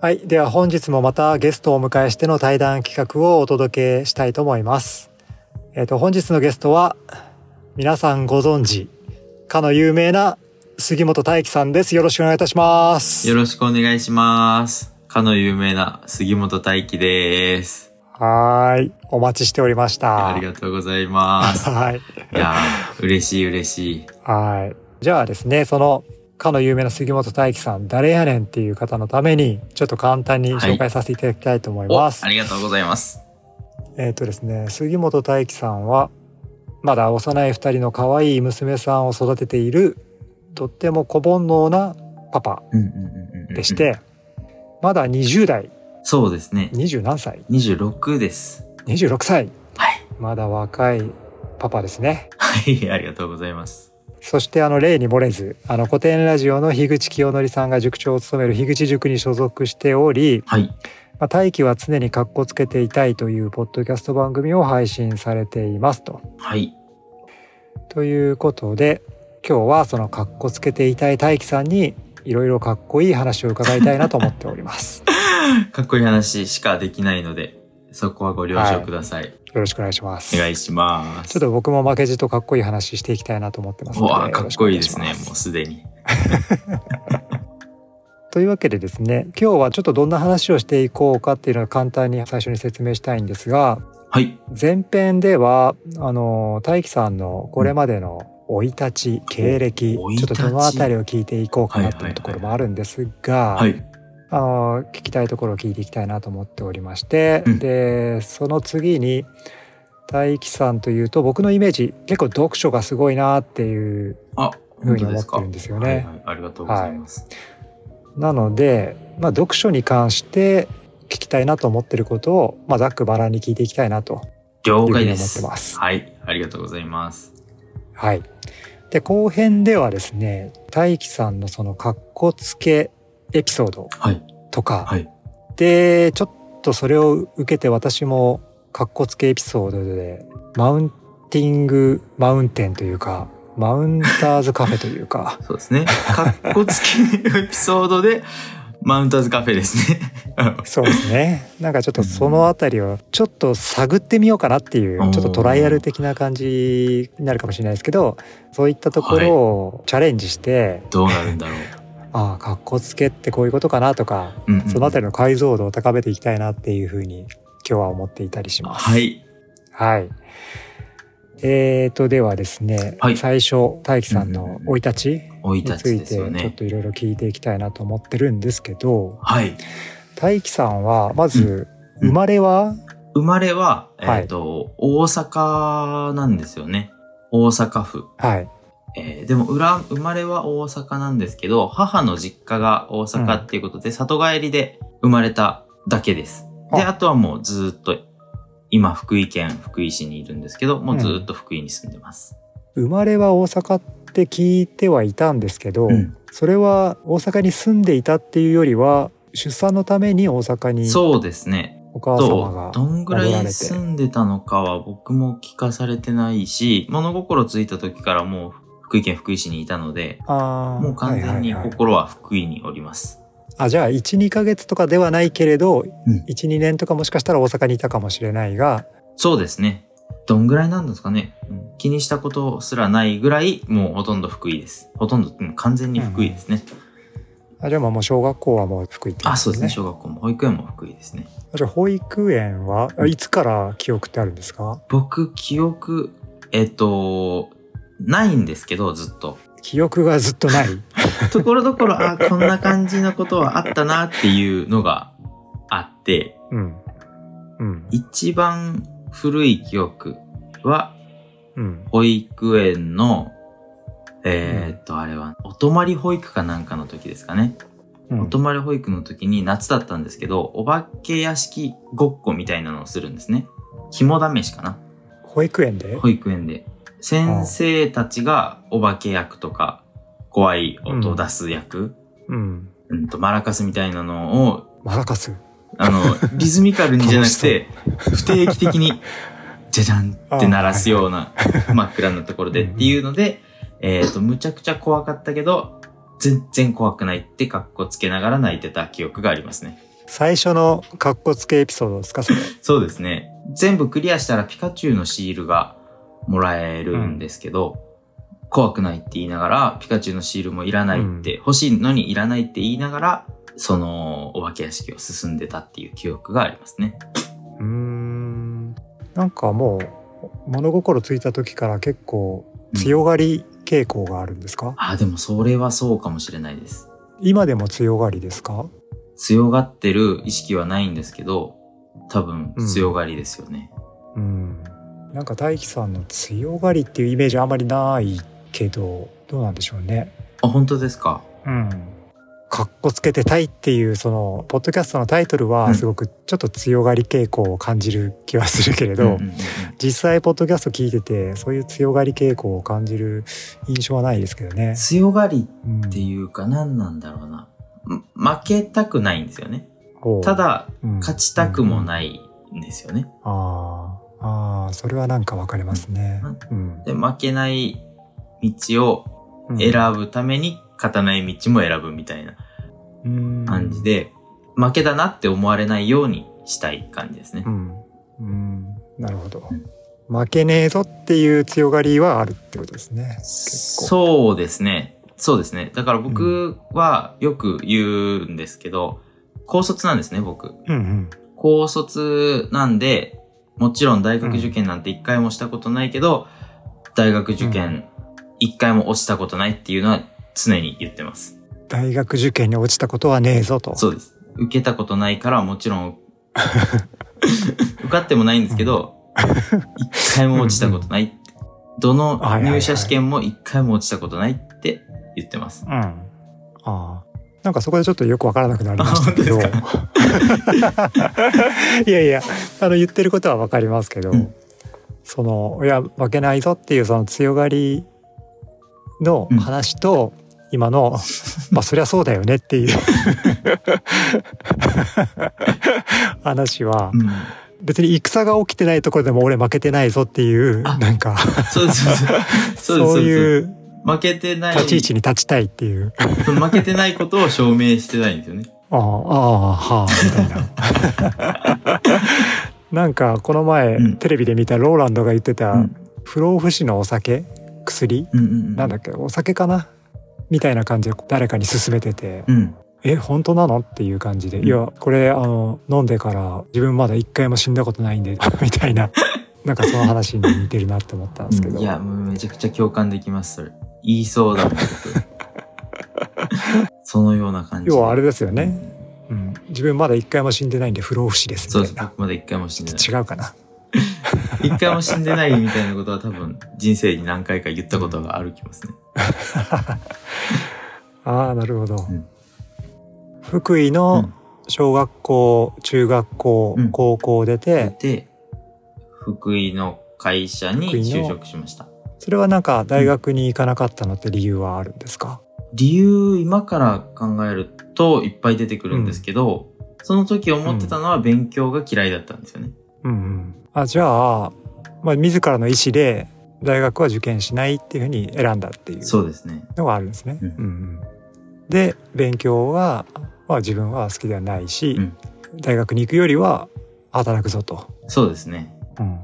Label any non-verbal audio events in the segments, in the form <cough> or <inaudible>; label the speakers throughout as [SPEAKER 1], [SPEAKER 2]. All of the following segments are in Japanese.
[SPEAKER 1] はい。では本日もまたゲストをお迎えしての対談企画をお届けしたいと思います。えっ、と、本日のゲストは、皆さんご存知、かの有名な杉本大輝さんです。よろしくお願いいたします。
[SPEAKER 2] よろしくお願いします。かの有名な杉本大輝です。
[SPEAKER 1] はーい。お待ちしておりました。
[SPEAKER 2] ありがとうございます。
[SPEAKER 1] はい。
[SPEAKER 2] <laughs> いやー、嬉しい嬉しい。
[SPEAKER 1] はい。じゃあですね、その、かの有名な杉本大輝さん、誰やねんっていう方のために、ちょっと簡単に紹介させていただきたいと思い
[SPEAKER 2] お、あ
[SPEAKER 1] ます。
[SPEAKER 2] りがとうございます。
[SPEAKER 1] えっ、とですね、杉本大輝さんは、まだ幼い二人の可愛い娘さんを育てている、とっても小煩悩なパパ
[SPEAKER 2] うんうんうんうんうん
[SPEAKER 1] でし。て、まだ20代、
[SPEAKER 2] そうですね。
[SPEAKER 1] 20何歳
[SPEAKER 2] 26です。
[SPEAKER 1] ?26 歳。
[SPEAKER 2] はい。
[SPEAKER 1] まだ若いパパですね。
[SPEAKER 2] はい、ありがとうございます。
[SPEAKER 1] そしてあの例に漏れずあの古典ラジオの樋口清則さんが塾長を務める樋口塾に所属しており、
[SPEAKER 2] はい。
[SPEAKER 1] まあ、大輝は常に格好つけていたいというポッドキャスト番組を配信されていますと。
[SPEAKER 2] はい。
[SPEAKER 1] ということで今日はその格好つけていたい大輝さんにいろいろかっこいい話を伺いたいなと思っており
[SPEAKER 2] <laughs>
[SPEAKER 1] ます。よ
[SPEAKER 2] かっこいい話しかできないので、そこはご了承ください。
[SPEAKER 1] ろしくお願いします。
[SPEAKER 2] お願いします。
[SPEAKER 1] ちょっと僕も負けじとかっこいい話していきたいなと思ってますの
[SPEAKER 2] う
[SPEAKER 1] で。
[SPEAKER 2] わーかっこいいです
[SPEAKER 1] よ
[SPEAKER 2] ね
[SPEAKER 1] ろしくお願します。
[SPEAKER 2] もうすでに。
[SPEAKER 1] というわけでですね今日はちょっとどんな話をしていこうかっていうのを簡単に最初に説明したいんですが
[SPEAKER 2] はい。
[SPEAKER 1] 前編ではあの大輝さんのこれまでの生い立ち経歴ち
[SPEAKER 2] お
[SPEAKER 1] ょ
[SPEAKER 2] 生い
[SPEAKER 1] っ
[SPEAKER 2] 立
[SPEAKER 1] と
[SPEAKER 2] ち
[SPEAKER 1] その辺りを聞いていこうかなと
[SPEAKER 2] はいいうはいはい
[SPEAKER 1] ところもあるんですが、
[SPEAKER 2] はい。
[SPEAKER 1] あの聞きたいところを聞いていきたいなと思っておりまして、
[SPEAKER 2] うん
[SPEAKER 1] でその次に大輝さんというと僕のイメージ結構読書がすごいなっていう
[SPEAKER 2] あ、
[SPEAKER 1] ふう
[SPEAKER 2] 本
[SPEAKER 1] に
[SPEAKER 2] 当で
[SPEAKER 1] 思っ
[SPEAKER 2] す
[SPEAKER 1] て
[SPEAKER 2] か。
[SPEAKER 1] るんですよ
[SPEAKER 2] はい
[SPEAKER 1] ね。
[SPEAKER 2] はい。ありがとうございます。
[SPEAKER 1] なので、まあ、読書に関して聞きたいなと思ってることを、まあ、ざっくばらんに聞いていきたいなと
[SPEAKER 2] 了
[SPEAKER 1] いうふう
[SPEAKER 2] 解
[SPEAKER 1] に
[SPEAKER 2] で
[SPEAKER 1] 思って
[SPEAKER 2] す。
[SPEAKER 1] ます。
[SPEAKER 2] はい、ありがとうございます。
[SPEAKER 1] はい。で、後編ではですね、大輝さんのその格好つけエピソード
[SPEAKER 2] はい、
[SPEAKER 1] とか、
[SPEAKER 2] はい。
[SPEAKER 1] で、ちょっとそれを受けて私も格好つけエピソードで、マウンティングマウンテンというか、マウンターズカフェというか
[SPEAKER 2] <laughs> 、そうですね。かっこつけエピソードで、マウンターズカフェですね。
[SPEAKER 1] そうですね。なんかちょっとそのあたりをちょっと探ってみようかなっていう
[SPEAKER 2] う、ん
[SPEAKER 1] ちょっとトライアル的な感じになるかもしれないですけど、そういったところをチャレンジして、
[SPEAKER 2] <laughs> どうなるんだろう。
[SPEAKER 1] ああ、格好つけってこういうことかなとか、
[SPEAKER 2] うんうん
[SPEAKER 1] そのあたりの解像度を高めていきたいなっていうふうに今日は思っていたりします。
[SPEAKER 2] は。い、
[SPEAKER 1] はい。えーと、ではですね、
[SPEAKER 2] はい
[SPEAKER 1] 最初、大輝さんの生い立ち
[SPEAKER 2] 生い
[SPEAKER 1] に
[SPEAKER 2] 立
[SPEAKER 1] つ
[SPEAKER 2] ち
[SPEAKER 1] い
[SPEAKER 2] で
[SPEAKER 1] て
[SPEAKER 2] す
[SPEAKER 1] ち
[SPEAKER 2] よ
[SPEAKER 1] ょっ
[SPEAKER 2] ね。
[SPEAKER 1] といろいろ聞いていきたいなと思ってるんですけど、
[SPEAKER 2] はい。
[SPEAKER 1] 大輝さんはまず
[SPEAKER 2] うん
[SPEAKER 1] 生まれは、
[SPEAKER 2] 生まれは、えっ、
[SPEAKER 1] はい
[SPEAKER 2] と、大阪なんですよね。大阪府。
[SPEAKER 1] はい。
[SPEAKER 2] えーでも、裏、生まれは大阪なんですけど、母の実家が大阪っていうことで、里帰りで生まれただけです。で、
[SPEAKER 1] あ
[SPEAKER 2] あとはもうずーっと、今、福井県福井市にいるんですけど、もうずーっと福井に住んでます。
[SPEAKER 1] 生まれは大阪って聞いてはいたんですけど、
[SPEAKER 2] うん
[SPEAKER 1] それは大阪に住んでいたっていうよりは、出産のために大阪に
[SPEAKER 2] そうですね。
[SPEAKER 1] お母様
[SPEAKER 2] と
[SPEAKER 1] が、。
[SPEAKER 2] どんぐら
[SPEAKER 1] 戻られ
[SPEAKER 2] い
[SPEAKER 1] て
[SPEAKER 2] 住んでたのかは僕も聞かされてないし、物心ついた時からもう福井県福井市にいたので、
[SPEAKER 1] あー
[SPEAKER 2] もう完全に
[SPEAKER 1] はいはいはい
[SPEAKER 2] 心は福井におります。
[SPEAKER 1] あじゃあ12ヶ月とかではないけれど、
[SPEAKER 2] ん
[SPEAKER 1] 12年とかもしかしたら大阪にいたかもしれないが
[SPEAKER 2] そうですね。どんぐらいなんですかね。うん気にしたことすらないぐらい、もうほとんど福井です。ほとんど、うん完全に福井ですね。
[SPEAKER 1] あじゃあまあもう小学校はもう福井ってこと
[SPEAKER 2] あ、そうですね。小学校も保育園も福井ですね。
[SPEAKER 1] あじゃあ保育園はあいつから記憶ってあるんですか
[SPEAKER 2] 僕、記憶、えっと、ないんですけど、ずっと。
[SPEAKER 1] 記憶がずっとない
[SPEAKER 2] ところどころ、あ、こんな感じのことはあったなっていうのがあって、
[SPEAKER 1] うんうん
[SPEAKER 2] 一番古い記憶は、
[SPEAKER 1] うん
[SPEAKER 2] 保育園の、えーっと、あれは、お泊まり保育かなんかの時ですかね。
[SPEAKER 1] うん
[SPEAKER 2] お泊まり保育の時に夏だったんですけど、お化け屋敷ごっこみたいなのをするんですね。肝試しかな
[SPEAKER 1] 保育園で
[SPEAKER 2] 保育園で。先生たちがお化け役とか、怖い音を出す役、
[SPEAKER 1] うん
[SPEAKER 2] うん、と、マラカスみたいなのを
[SPEAKER 1] マラカス <laughs>
[SPEAKER 2] あの、リズミカルにじゃなくて、不定期的に、じゃじゃんって鳴らすような、真っ暗なところでっていうので、えっ、と、むちゃくちゃ怖かったけど、全然怖くないって格好つけながら泣いてた記憶がありますね。
[SPEAKER 1] 最初のカッコつけエピソードです <laughs> かそれ。
[SPEAKER 2] そうですね。全部クリアしたらピカチュウのシールがもらえるんですけど、怖くないって言いながら、ピカチュウのシールもいらないって、欲しいのにいらないって言いながら、そのお化け屋敷を進んでたっていう記憶がありますね。
[SPEAKER 1] うーん。なんかもう、物心ついた時から結構強がり傾向があるんですか、
[SPEAKER 2] あ、でもそれはそうかもしれないです。
[SPEAKER 1] 今でも強がりですか
[SPEAKER 2] 強がってる意識はないんですけど、多分強がりですよね。
[SPEAKER 1] うん。なんか大輝さんの強がりっていうイメージあまりないけど、どうなんでしょうね。
[SPEAKER 2] あ、本当ですか
[SPEAKER 1] うん。かっこつけてたいっていう、その、ポッドキャストのタイトル
[SPEAKER 2] う
[SPEAKER 1] は、
[SPEAKER 2] ん
[SPEAKER 1] すごくちょっと強がり傾向を感じる気はするけれど、
[SPEAKER 2] んんんん
[SPEAKER 1] 実際ポッドキャスト聞いててそういう強がり傾向を感じる印象はないですけどね。
[SPEAKER 2] 強がり
[SPEAKER 1] うん
[SPEAKER 2] っていうか何なんだろうな。ま負けたくないんですよね。
[SPEAKER 1] ほう
[SPEAKER 2] ただ、
[SPEAKER 1] うん
[SPEAKER 2] 勝ちたくも
[SPEAKER 1] うん
[SPEAKER 2] ないんですよね。
[SPEAKER 1] あーあーそれはなんかわかりますね。うん
[SPEAKER 2] で、負けない道を選ぶために、勝たない道も選ぶみたいな感じ、で、負けだなって思われないようにしたい感じですね
[SPEAKER 1] う。んうんうん、なるほど
[SPEAKER 2] うん。
[SPEAKER 1] 負けねえぞっていう強がりはあるってことですね。構
[SPEAKER 2] そうですね。そうですね。だから僕はよく言うんですけど、高卒なんですね、僕。
[SPEAKER 1] うん
[SPEAKER 2] 高卒なんで、もちろん大学受験なんて一回もしたことないけど、大学受験一回も落ちたことないっていうのは常に言ってます。
[SPEAKER 1] うん、大学受験に落ちたことはねえぞと。
[SPEAKER 2] そうです。受けたことないからもちろん、受かってもないんですけど、一回も落ちたことないって。どの入社試験も一回も落ちたことないって言ってます。
[SPEAKER 1] うん、ああなんかそこでちょっとよくわからなくなりましたけど。
[SPEAKER 2] あ
[SPEAKER 1] <laughs> いやいやあの言ってることはわかりますけど、
[SPEAKER 2] うん
[SPEAKER 1] そのいや負けないぞっていうその強がりの話と、今のまあそりゃそうだよねっていう
[SPEAKER 2] <laughs>
[SPEAKER 1] 話は
[SPEAKER 2] うん
[SPEAKER 1] 別に戦が起きてないところでも俺負けてないぞっていう
[SPEAKER 2] あ
[SPEAKER 1] なんか
[SPEAKER 2] そうです、
[SPEAKER 1] <laughs>
[SPEAKER 2] そうです。そうです、
[SPEAKER 1] そう
[SPEAKER 2] そうで
[SPEAKER 1] い
[SPEAKER 2] す。
[SPEAKER 1] う
[SPEAKER 2] 負けてない、
[SPEAKER 1] 立ち位置に立ちたいっていう。
[SPEAKER 2] 負けてないことを証明してないんですよね。
[SPEAKER 1] ああ、ああ、はあ、みたいな。 <laughs> なんか、この前、
[SPEAKER 2] うん
[SPEAKER 1] テレビで見たローランドが言ってた、
[SPEAKER 2] うん
[SPEAKER 1] 不老不死のお酒薬
[SPEAKER 2] うんうんうん。
[SPEAKER 1] なんだっけお酒かなみたいな感じで誰かに勧めてて、
[SPEAKER 2] うん。
[SPEAKER 1] え、本当なのっていう感じで、
[SPEAKER 2] うん
[SPEAKER 1] いや、これ、あの、飲んでから自分まだ一回も死んだことないんで、 <laughs> みたいな、なんかその話に似てるなって思ったんですけど。
[SPEAKER 2] いや、もうめちゃくちゃ共感できます、それ。言いそうだもん、僕
[SPEAKER 1] <laughs>
[SPEAKER 2] そのような感じ。
[SPEAKER 1] 要はあれですよね、
[SPEAKER 2] ね。
[SPEAKER 1] うん自分まだ一回も死んでないんで不老不死です
[SPEAKER 2] そう
[SPEAKER 1] み
[SPEAKER 2] で
[SPEAKER 1] たい
[SPEAKER 2] す。
[SPEAKER 1] な。
[SPEAKER 2] まだ一回も死んでない。
[SPEAKER 1] 違うかな。
[SPEAKER 2] 一回も死んでないみたいなことは多分人生に何回か言ったことがある気ますね。
[SPEAKER 1] ああなるほど、
[SPEAKER 2] うん
[SPEAKER 1] 福井の小学校、中学校、
[SPEAKER 2] うん
[SPEAKER 1] 高校を出て
[SPEAKER 2] で、福井の会社に
[SPEAKER 1] 福井の
[SPEAKER 2] 就職しました。
[SPEAKER 1] それはなんか大学に行かなかったのって理由はあるんですか、
[SPEAKER 2] 理由今から考えるといっぱい出てくるんですけど、その時思ってたのは勉強が嫌いだったんですよね。
[SPEAKER 1] うんうん、あじゃあ、まあ、自らの意思で大学は受験しないっていうふうに選んだっていう
[SPEAKER 2] そうですね。
[SPEAKER 1] のがあるんですね。
[SPEAKER 2] うん
[SPEAKER 1] うんうんで勉強は、まあ、自分は好きではないし、
[SPEAKER 2] うん
[SPEAKER 1] 大学に行くよりは働くぞと。
[SPEAKER 2] そうですね。
[SPEAKER 1] うん、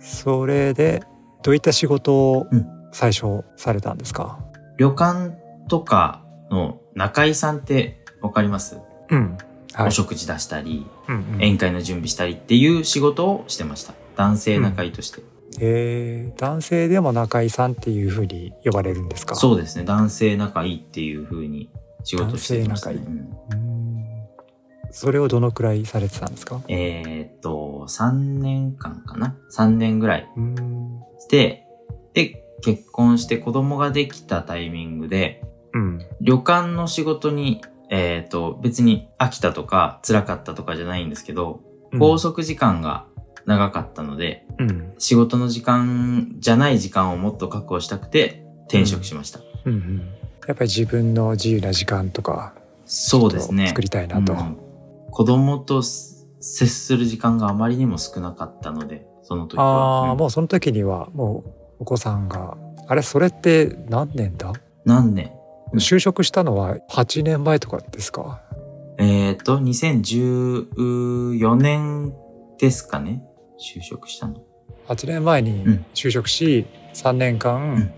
[SPEAKER 1] それでどういった仕事を
[SPEAKER 2] うん
[SPEAKER 1] 最初されたんですか、
[SPEAKER 2] 旅館とかの中居さんってわかります、
[SPEAKER 1] うん。はい
[SPEAKER 2] お食事出したり、
[SPEAKER 1] うんうん、
[SPEAKER 2] 宴会の準備したりっていう仕事をしてました。男性中居として。
[SPEAKER 1] えー男性でも中井さんっていうふうに呼ばれるんですかう
[SPEAKER 2] そうですね。男性仲いいっていう風に仕事をしてきました、ね。
[SPEAKER 1] 男
[SPEAKER 2] うん
[SPEAKER 1] ーん。それをどのくらいされてたんですか
[SPEAKER 2] えーっと、3年間かな ?3 年ぐらいう
[SPEAKER 1] ーん。
[SPEAKER 2] して、で、結婚して子供ができたタイミングで、
[SPEAKER 1] うん。
[SPEAKER 2] 旅館の仕事に、えーっと、別に飽きたとか辛かったとかじゃないんですけど、拘束時間が長かったので、
[SPEAKER 1] うん。
[SPEAKER 2] 仕事の時間じゃない時間をもっと確保したくて転職しました。
[SPEAKER 1] うんうん。やっぱり自分の自由な時間とか、
[SPEAKER 2] そうですね。
[SPEAKER 1] 作りたいなと。
[SPEAKER 2] うん子供とす接する時間があまりにも少なかったので、その時は。
[SPEAKER 1] ああ、
[SPEAKER 2] うん
[SPEAKER 1] もうその時にはもうお子さんが、あれ、それって何年だ
[SPEAKER 2] 何年
[SPEAKER 1] 就職したのは8年前とかですか
[SPEAKER 2] えっ、と、2014年ですかね就職したの。
[SPEAKER 1] 8年前に就職し、3年間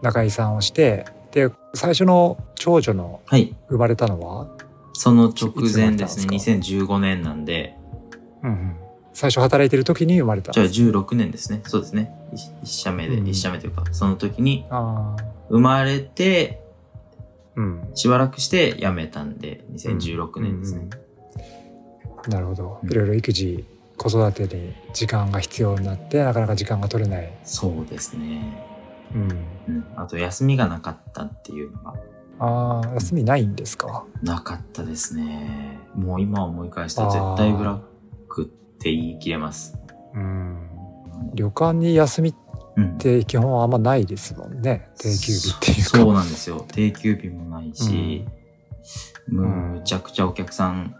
[SPEAKER 1] 中居さんをして、で最初の長女の
[SPEAKER 2] はい。
[SPEAKER 1] 生まれたのは、
[SPEAKER 2] その直前ですね。
[SPEAKER 1] いつ生
[SPEAKER 2] 2015年なんで、
[SPEAKER 1] うんうん最初働いてる時に生まれた
[SPEAKER 2] じゃあ16年ですね。そうですね。一一社目で、
[SPEAKER 1] うん
[SPEAKER 2] 一社目というか、その時に
[SPEAKER 1] あー
[SPEAKER 2] 生まれて、
[SPEAKER 1] うん
[SPEAKER 2] しばらくして辞めたんで、2016年です
[SPEAKER 1] う
[SPEAKER 2] ね。
[SPEAKER 1] んなるほど
[SPEAKER 2] うん
[SPEAKER 1] いろいろ育児子育てに時間が必要になってなかなか時間が取れない、
[SPEAKER 2] そうですね。
[SPEAKER 1] うん、
[SPEAKER 2] うん。あと、休みがなかったっていうのが、
[SPEAKER 1] あー休みないんですか
[SPEAKER 2] なかったですね。もう今思い返したら絶対ブラックって言い切れます。
[SPEAKER 1] うん旅館に休みっ
[SPEAKER 2] うん。
[SPEAKER 1] て基本あんまないですもんね定休日っていうか
[SPEAKER 2] そそうなんですよ。定休日もないし、
[SPEAKER 1] ん
[SPEAKER 2] むちゃくちゃお客さん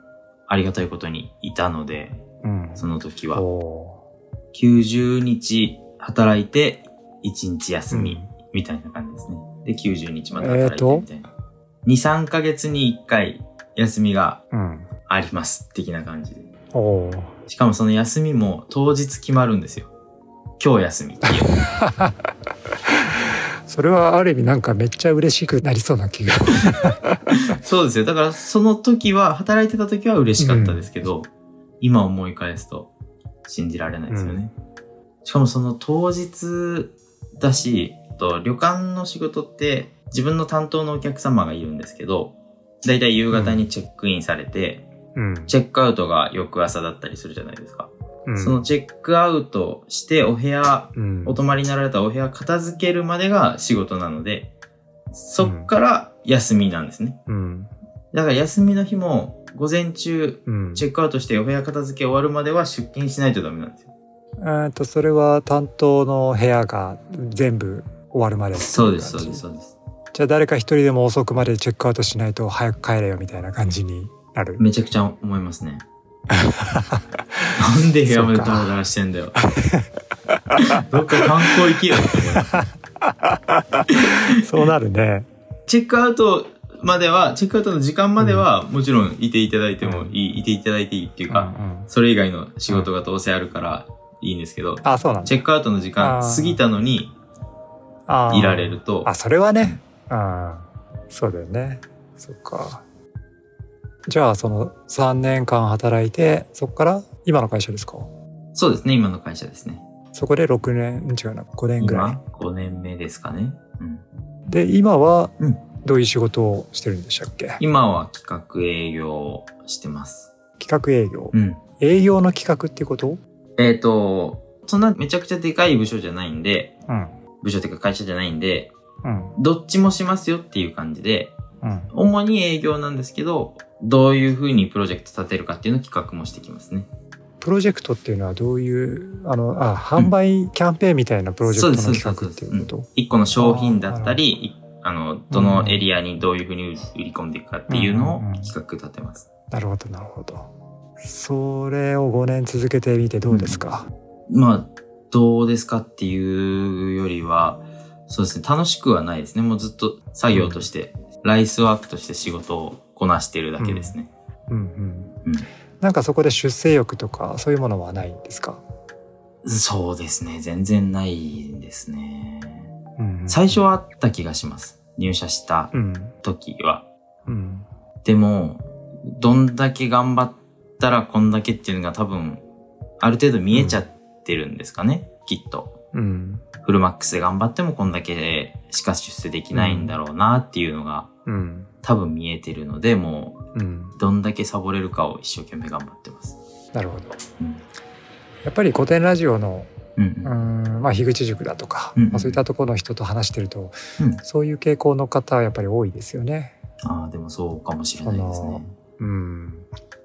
[SPEAKER 2] ありがたいことにいたので、
[SPEAKER 1] うん
[SPEAKER 2] その時は。
[SPEAKER 1] お
[SPEAKER 2] 90日働いて、1日休み
[SPEAKER 1] うん、
[SPEAKER 2] みたいな感じですね。で、90日まで働いてみたいな。2、3ヶ月に1回休みが
[SPEAKER 1] ーうん
[SPEAKER 2] あります、的な感じで。
[SPEAKER 1] おー
[SPEAKER 2] しかもその休みも当日決まるんですよ。今日休みっていう。
[SPEAKER 1] <laughs> それはある意味なんかめっちゃ嬉しくなりそうな気が
[SPEAKER 2] そうですよ。だからその時は、働いてた時は嬉しかったですけど、今思い返すと信じられないですよね。しかもその当日だし、と旅館の仕事って自分の担当のお客様がいるんですけど、だいたい夕方にチェックインされて、
[SPEAKER 1] うん、
[SPEAKER 2] チェックアウトが翌朝だったりするじゃないですか。
[SPEAKER 1] うん
[SPEAKER 2] そのチェックアウトしてお部屋
[SPEAKER 1] うん
[SPEAKER 2] お泊まりになられたお部屋片付けるまでが仕事なので、そっから休みなんですね。
[SPEAKER 1] うん
[SPEAKER 2] だから休みの日も午前中、
[SPEAKER 1] うん
[SPEAKER 2] チェックアウトしてお部屋片付け終わるまでは出勤しないとダメなんですよ。
[SPEAKER 1] えーとそれは担当の部屋が全部終わるまで
[SPEAKER 2] そうです、そうです、
[SPEAKER 1] す
[SPEAKER 2] そうです。
[SPEAKER 1] じゃあ誰か一人でも遅くまでチェックアウトしないと早く帰れよみたいな感じになる
[SPEAKER 2] めちゃくちゃ思います <laughs> ね。なんで部屋までダラダラしてんだ <laughs> よ。どっか観光行けよって思います
[SPEAKER 1] そうなる
[SPEAKER 2] <laughs>
[SPEAKER 1] ね
[SPEAKER 2] チェックアウトまでは、チェックアウトの時間までは、もちろんいていただいてもいい、いていただいていいっていう
[SPEAKER 1] う
[SPEAKER 2] か、
[SPEAKER 1] ん
[SPEAKER 2] それ以外の仕事がどうせあるからいいんですけど、
[SPEAKER 1] あそうなんだ
[SPEAKER 2] チェックアウトの時間
[SPEAKER 1] あー
[SPEAKER 2] 過ぎたのに
[SPEAKER 1] あー
[SPEAKER 2] いられると
[SPEAKER 1] あ、それはね。うん。そうだよね。そっか。じゃあ、その3年間働いて、そこから今の会社ですか
[SPEAKER 2] そうですね、今の会社ですね。
[SPEAKER 1] そこで6年、違うな、5年ぐらい。
[SPEAKER 2] 今、5年目ですかね。うん、
[SPEAKER 1] で、今は
[SPEAKER 2] うん、
[SPEAKER 1] どういう仕事をしてるんでしたっけ、
[SPEAKER 2] 今は企画営業をしてます。
[SPEAKER 1] 企画営業。
[SPEAKER 2] うん。
[SPEAKER 1] 営業の企画っていうこと
[SPEAKER 2] えっ、と、そんなめちゃくちゃでかい部署じゃないんで、
[SPEAKER 1] うん。
[SPEAKER 2] 部署っていうか会社じゃないんで、
[SPEAKER 1] うん。
[SPEAKER 2] どっちもしますよっていう感じで、
[SPEAKER 1] うん。
[SPEAKER 2] 主に営業なんですけど、どういう風にプロジェクト立てるかっていうのを企画もしてきますね。
[SPEAKER 1] プロジェクトっていうのはどういう、あの、あ、販売キャンペーンみたいなプロジェクトの企画っていうこと
[SPEAKER 2] 一個の商品だったり、いあの、どのエリアにどういうふうに売り込んでいくかっていうのを
[SPEAKER 1] うんうんうん
[SPEAKER 2] 企画立てます。
[SPEAKER 1] なるほど、なるほど。それを5年続けてみてどうですか、
[SPEAKER 2] まあ、どうですかっていうよりは、そうですね、楽しくはないですね。もうずっと作業として、ライスワークとして仕事をこなしてるだけですね。
[SPEAKER 1] うんうん
[SPEAKER 2] うん
[SPEAKER 1] なんかそこで出世欲とかそういうものはないんですか、
[SPEAKER 2] そうですね、全然ないんですね。
[SPEAKER 1] うん
[SPEAKER 2] 最初はあった気がします。入社した
[SPEAKER 1] うん
[SPEAKER 2] 時は。
[SPEAKER 1] うん
[SPEAKER 2] でも、どんだけ頑張ったらこんだけっていうのが多分、ある程度見えちゃってるんですかね、きっと。
[SPEAKER 1] うん
[SPEAKER 2] フルマックスで頑張ってもこんだけしか出世できないんだろうなっていうのが
[SPEAKER 1] うん
[SPEAKER 2] 多分見えてるので、も
[SPEAKER 1] うん
[SPEAKER 2] うどんだけサボれるかを一生懸命頑張ってます。
[SPEAKER 1] なるほど
[SPEAKER 2] うん。
[SPEAKER 1] やっぱり古典ラジオの
[SPEAKER 2] うん
[SPEAKER 1] う
[SPEAKER 2] う
[SPEAKER 1] ー
[SPEAKER 2] ん。
[SPEAKER 1] ん、まあ、樋口塾だとか、
[SPEAKER 2] うん
[SPEAKER 1] まあ、そういったところの人と話してると、
[SPEAKER 2] うん
[SPEAKER 1] そういう傾向の方はやっぱり多いですよね。
[SPEAKER 2] ああ、でもそうかもしれないですね。
[SPEAKER 1] うん、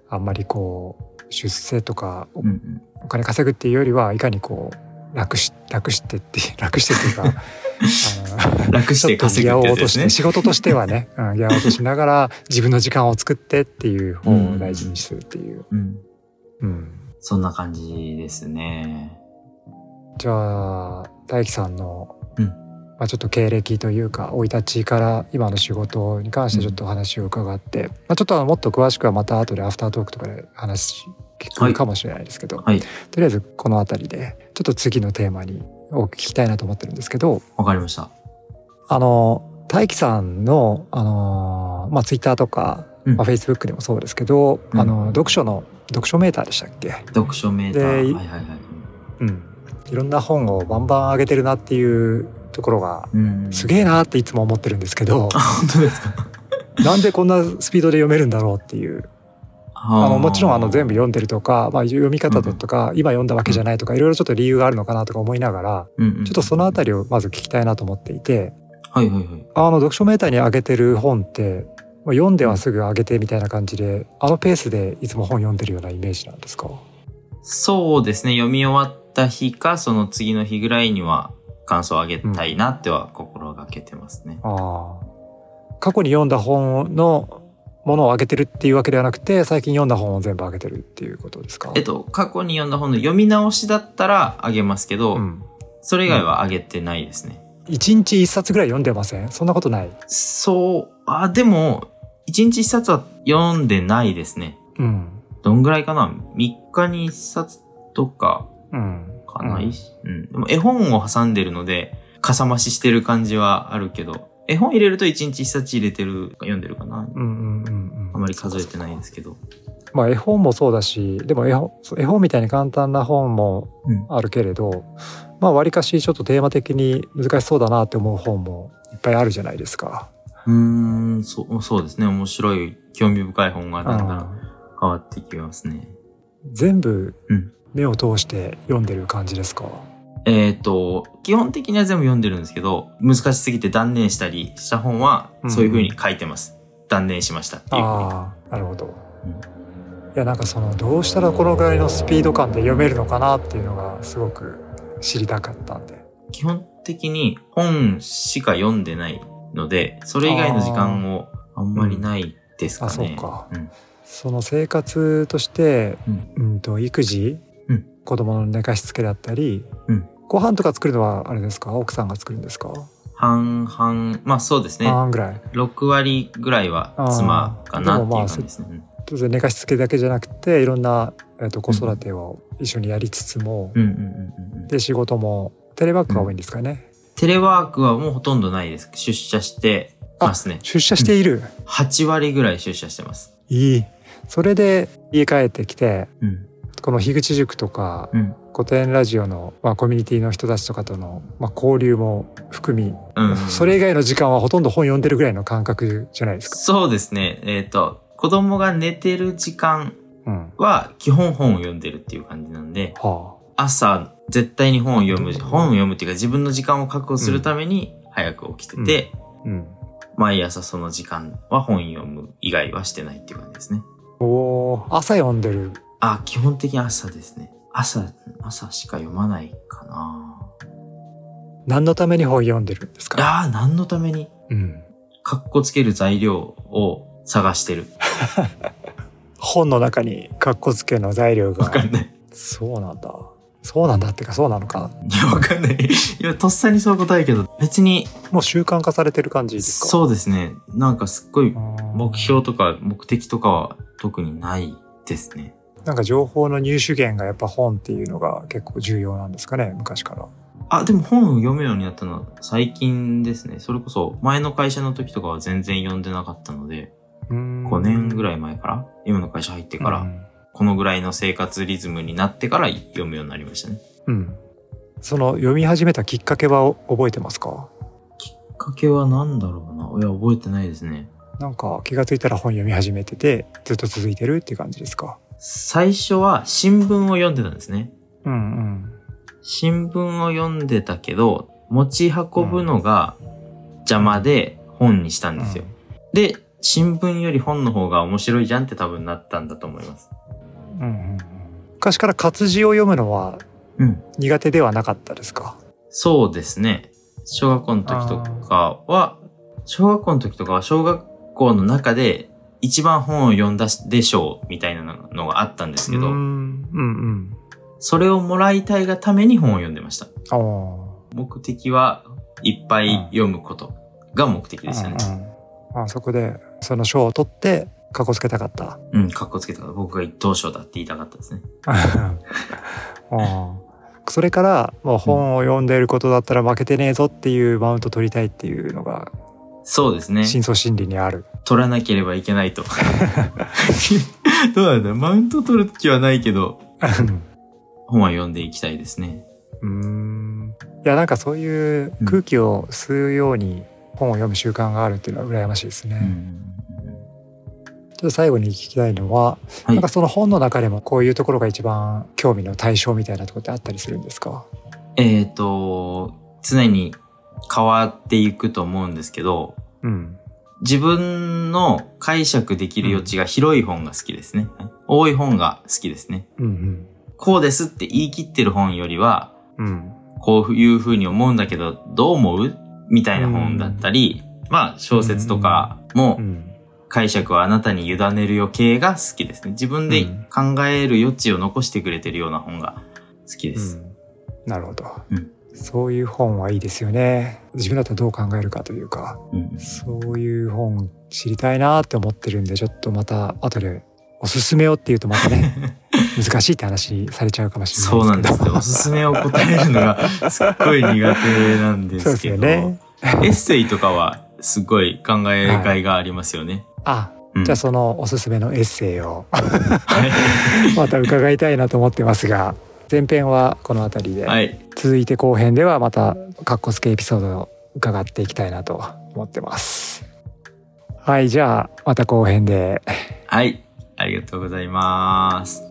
[SPEAKER 1] あんまりこう出世とか
[SPEAKER 2] うんうん。
[SPEAKER 1] お金稼ぐっていうよりはいかにこう楽し楽してって楽してっていうか
[SPEAKER 2] <laughs>
[SPEAKER 1] あの
[SPEAKER 2] 楽し
[SPEAKER 1] ちょ
[SPEAKER 2] て
[SPEAKER 1] っと
[SPEAKER 2] 稼
[SPEAKER 1] ギ
[SPEAKER 2] ぐ
[SPEAKER 1] ア
[SPEAKER 2] っ
[SPEAKER 1] を
[SPEAKER 2] てや
[SPEAKER 1] 落
[SPEAKER 2] つで
[SPEAKER 1] とし
[SPEAKER 2] す
[SPEAKER 1] て、
[SPEAKER 2] ね。
[SPEAKER 1] 仕事としてはね、うん、ギアを落としながら自分の時間を作ってっていう方を大事にするっていう、
[SPEAKER 2] うん。
[SPEAKER 1] うん、
[SPEAKER 2] そんな感じですね。
[SPEAKER 1] じゃあ大樹さんの
[SPEAKER 2] うん
[SPEAKER 1] まあ、ちょっと経歴というか生い立ちから今の仕事に関してちょっと話を伺って、まあ、ちょっとあのもっと詳しくはまた後でアフタートークとかで話聞
[SPEAKER 2] は
[SPEAKER 1] く
[SPEAKER 2] い
[SPEAKER 1] かもしれないですけど、
[SPEAKER 2] はい。
[SPEAKER 1] とりあえずこの辺りでちょっと次のテーマにを聞きたいなと思ってるんですけど
[SPEAKER 2] わかりました。
[SPEAKER 1] あの大樹さんの、あのーまあ、Twitter とか、
[SPEAKER 2] うん
[SPEAKER 1] まあ、Facebook でもそうですけど、
[SPEAKER 2] うん
[SPEAKER 1] あの読書の読書メーターでしたっけ、
[SPEAKER 2] 読書メーター。
[SPEAKER 1] で
[SPEAKER 2] はいはいはい。
[SPEAKER 1] うん、いろんな本をバンバン上げてるなっていうところが
[SPEAKER 2] うん。
[SPEAKER 1] すげえなっていつも思ってるんですけ
[SPEAKER 2] <laughs>
[SPEAKER 1] ど
[SPEAKER 2] あ、本当ですか。
[SPEAKER 1] なんでこんなスピードで読めるんだろうっていうあ
[SPEAKER 2] あ
[SPEAKER 1] のもちろんあの全部
[SPEAKER 2] 部。
[SPEAKER 1] 読んでるとか、まあ、読み方だとか、今読んだわけじゃないとかいろいろちょっと理由があるのかなとか思いながら
[SPEAKER 2] うんうん
[SPEAKER 1] ちょっとそのあたりをまず聞きたいなと思っていて
[SPEAKER 2] はいはいはい。
[SPEAKER 1] あの読書メーターに上げてる本ってまあ読んではすぐ上げてみたいな感じであのペースでいつも本読んでるようなイメージなんですか
[SPEAKER 2] そうですね。読み終わった日か、その次の日ぐらいには感想をあげたいなっては心がけてますね。
[SPEAKER 1] あー過去に読んだ本のものを上げてるっていうわけではなくて最近読んだ本を全部上げてるっていうことですか
[SPEAKER 2] えっと、過去に読んだ本の読み直しだったらあげますけど、
[SPEAKER 1] うん、
[SPEAKER 2] それ以外はあげてないですね。
[SPEAKER 1] 1日1冊ぐらい読んでませんそんなことない、
[SPEAKER 2] そう、あ、でも、一日一冊は読んでないですね。
[SPEAKER 1] うん
[SPEAKER 2] どんぐらいかな ?3 日に一冊とか
[SPEAKER 1] うん、
[SPEAKER 2] かな、
[SPEAKER 1] う
[SPEAKER 2] うんん、でも絵本を挟んでるので、かさ増ししてる感じはあるけど、絵本入れると一日一冊入れてる、読んでるかな
[SPEAKER 1] うんうんうん
[SPEAKER 2] あまり数えてないですけど。
[SPEAKER 1] まあ絵本もそうだしでも絵本そう絵本みたいに簡単な本も
[SPEAKER 2] うん。
[SPEAKER 1] あるけれどまあわりかしちょっとテーマ的に難しそうだなって思う本もいっぱいあるじゃないですか。
[SPEAKER 2] うーん、そう、そうですね。面白い、興味深い本がだんだん
[SPEAKER 1] うん
[SPEAKER 2] 変わってきますね。
[SPEAKER 1] 全部
[SPEAKER 2] うん
[SPEAKER 1] 目を通して読んでる感じですか。
[SPEAKER 2] えっ、と、基本的には全部読んでるんですけど、難しすぎて断念したりした本は
[SPEAKER 1] う、ん
[SPEAKER 2] そういう風に書いてます。断念しましたっていう風に。
[SPEAKER 1] ああなるほど。
[SPEAKER 2] うん
[SPEAKER 1] いやなんかそのどうしたらこのぐらいのスピード感で読めるのかなっていうのがすごく知りたかったんで。
[SPEAKER 2] 基本的に本しか読んでないので、それ以外の時間をあんまりないですかね。
[SPEAKER 1] うんあそうか
[SPEAKER 2] ん
[SPEAKER 1] その生活として、
[SPEAKER 2] うん
[SPEAKER 1] うん、と育児、
[SPEAKER 2] うん
[SPEAKER 1] 子供の寝かしつけだったり、
[SPEAKER 2] うん
[SPEAKER 1] ご飯とか作るのはあれですか奥さんが作るんですか、
[SPEAKER 2] 半々、まあそうですね。
[SPEAKER 1] 半々ぐらい
[SPEAKER 2] 6割ぐらいは妻かなっていう感じですね。
[SPEAKER 1] 当然寝かしつけだけじゃなくていろんな、えっと子育てを一緒にやりつつも、
[SPEAKER 2] うんうんうんうんうん。
[SPEAKER 1] で仕事もテレワークが多いんですかね、
[SPEAKER 2] テレワークはもうほとんどないです。出社してますね。
[SPEAKER 1] 出社している、
[SPEAKER 2] 8割ぐらい出社してます。
[SPEAKER 1] いいそれで家帰ってきて
[SPEAKER 2] うん。
[SPEAKER 1] この樋口塾とか
[SPEAKER 2] うん。
[SPEAKER 1] 古典ラジオの、まあ、コミュニティの人たちとかとの、まあ、交流も含み
[SPEAKER 2] うん、
[SPEAKER 1] <laughs> それ以外の時間はほとんど本読んでるぐらいの感覚じゃないですか。
[SPEAKER 2] そうですね。えっ、と、子供が寝てる時間
[SPEAKER 1] うん。
[SPEAKER 2] は基本本を読んでるっていう感じなんで、
[SPEAKER 1] は
[SPEAKER 2] 朝絶対に本を読む、
[SPEAKER 1] うん
[SPEAKER 2] 本を読むっていうか自分の時間を確保するために早く起きてて、
[SPEAKER 1] あ。うん。
[SPEAKER 2] 毎朝その時間は本読む以外はしてないっていう感じですね。
[SPEAKER 1] おー朝読んでる。
[SPEAKER 2] あ、基本的に朝ですね。朝、朝しか読まないかな
[SPEAKER 1] 何のために本読んでるんですか。
[SPEAKER 2] ああ、何のために
[SPEAKER 1] うん。
[SPEAKER 2] かっこつける材料を探してる。
[SPEAKER 1] 本の中にカッコ付けの材料
[SPEAKER 2] わ
[SPEAKER 1] が。
[SPEAKER 2] かんない。
[SPEAKER 1] そうなんだ。そうなんだってかそうなのか。
[SPEAKER 2] いや、わかんない。いや、とっさにそう答えけど、別に、
[SPEAKER 1] もう習慣化されてる感じですか。
[SPEAKER 2] そうですね。なんかすっごい
[SPEAKER 1] うん
[SPEAKER 2] 目標とか目的とかは特にないですね。
[SPEAKER 1] なんか情報の入手源がやっぱ本っていうのが結構重要なんですかね昔から。
[SPEAKER 2] あ、でも本を読むようになったのは最近ですね。それこそ前の会社の時とかは全然読んでなかったので、5
[SPEAKER 1] 5
[SPEAKER 2] 年ぐ
[SPEAKER 1] い
[SPEAKER 2] らい前から、今の会社入ってから、
[SPEAKER 1] うん
[SPEAKER 2] このぐらいの生活リズムになってから読むようになりましたね。
[SPEAKER 1] うん。その読み始めたきっかけはお覚えてますか。
[SPEAKER 2] きっかけは何だろうな。いや、覚えてないですね。
[SPEAKER 1] なんか気がついたら本読み始めててずっと続いてるっていう感じですか。
[SPEAKER 2] 最初は新聞を読んでたんですね。
[SPEAKER 1] うんうん。
[SPEAKER 2] 新聞を読んでたけど、持ち運ぶのが邪魔で本にしたんですよ。で、新聞より本の方が面白いじゃんって多分なったんだと思います。
[SPEAKER 1] うんうんうん。昔から活字を読むのは
[SPEAKER 2] うん。
[SPEAKER 1] 苦手ではなかったですか。
[SPEAKER 2] そうですね。小学校の時とかは、小学校の時とかは小学校の中で一番本を読んだでしょうみたいなのがあったんですけ
[SPEAKER 1] うーん
[SPEAKER 2] ど、
[SPEAKER 1] うん
[SPEAKER 2] それをもらいたいがために本を読んでました。
[SPEAKER 1] うん。ああ。
[SPEAKER 2] 目的はいっぱい読むことが目的ですよね。
[SPEAKER 1] うんうんあそこでその賞を取ってかっこつけたか
[SPEAKER 2] <laughs>
[SPEAKER 1] った。
[SPEAKER 2] うん、かっこつけたから僕が一等賞だって言いたかったですね。
[SPEAKER 1] うんそれからもう本を読んでいることだったら負けてねえぞっていうマウント取りたいっていうのが
[SPEAKER 2] そうですね。
[SPEAKER 1] 深層心理にある。
[SPEAKER 2] 取らなければいけ <laughs> ないと。どうなんだマウント取る気はないけど、本は読んでいきたいですね。
[SPEAKER 1] <laughs> うんいやなんかそういう空気を吸うように本を読む習慣があるっていうのは羨ましいですね。
[SPEAKER 2] うん。
[SPEAKER 1] ちょっと最後に聞きたいのは、
[SPEAKER 2] は
[SPEAKER 1] な
[SPEAKER 2] い
[SPEAKER 1] んかその本の中でもこういうところが一番興味の対象みたいなところってあったりするんですか
[SPEAKER 2] えっ、と、常に変わっていくと思うんですけど、
[SPEAKER 1] うん。
[SPEAKER 2] 自分の解釈できる余地が広い本が好きですね。多い本が好きですね。
[SPEAKER 1] うん
[SPEAKER 2] こうですって言い切ってる本よりは、
[SPEAKER 1] うん。うん。
[SPEAKER 2] こういうふうに思うんだけど、どう思うみたいな本だったり、まあ小説とかも
[SPEAKER 1] うん。
[SPEAKER 2] 解釈はあなたに委ねる余計が好きですね。自分で考える余地を残してくれてるような本が好きで
[SPEAKER 1] う
[SPEAKER 2] す。
[SPEAKER 1] ん、なるほど、
[SPEAKER 2] うん
[SPEAKER 1] そういう本はいいですよね。自分だったらどう考えるかというか、
[SPEAKER 2] うん
[SPEAKER 1] そういう本知りたいなって思ってるんで、ちょっとまた後でおすすめをっていうとまた
[SPEAKER 2] <laughs>
[SPEAKER 1] ね、難しいって話されちゃうかもしれ
[SPEAKER 2] そうな
[SPEAKER 1] ない
[SPEAKER 2] ん
[SPEAKER 1] で
[SPEAKER 2] ですす
[SPEAKER 1] けど。
[SPEAKER 2] よ。おすすめを答えるのがすっごい苦手なんで
[SPEAKER 1] そうですす
[SPEAKER 2] け
[SPEAKER 1] よ
[SPEAKER 2] ど、
[SPEAKER 1] ね。
[SPEAKER 2] エッセイとかはすごい考えがいがありますよね。
[SPEAKER 1] あ、
[SPEAKER 2] うん
[SPEAKER 1] じゃあそのおすすめのエッセイを
[SPEAKER 2] は
[SPEAKER 1] また伺いたいなと思ってますが、前編はこの辺りで、
[SPEAKER 2] い。はい。
[SPEAKER 1] 続いて後編ではまたカッコつけエピソードを伺っていきたいなと思ってます。はい、じゃあまた後編で。
[SPEAKER 2] はい。ありがとうございます。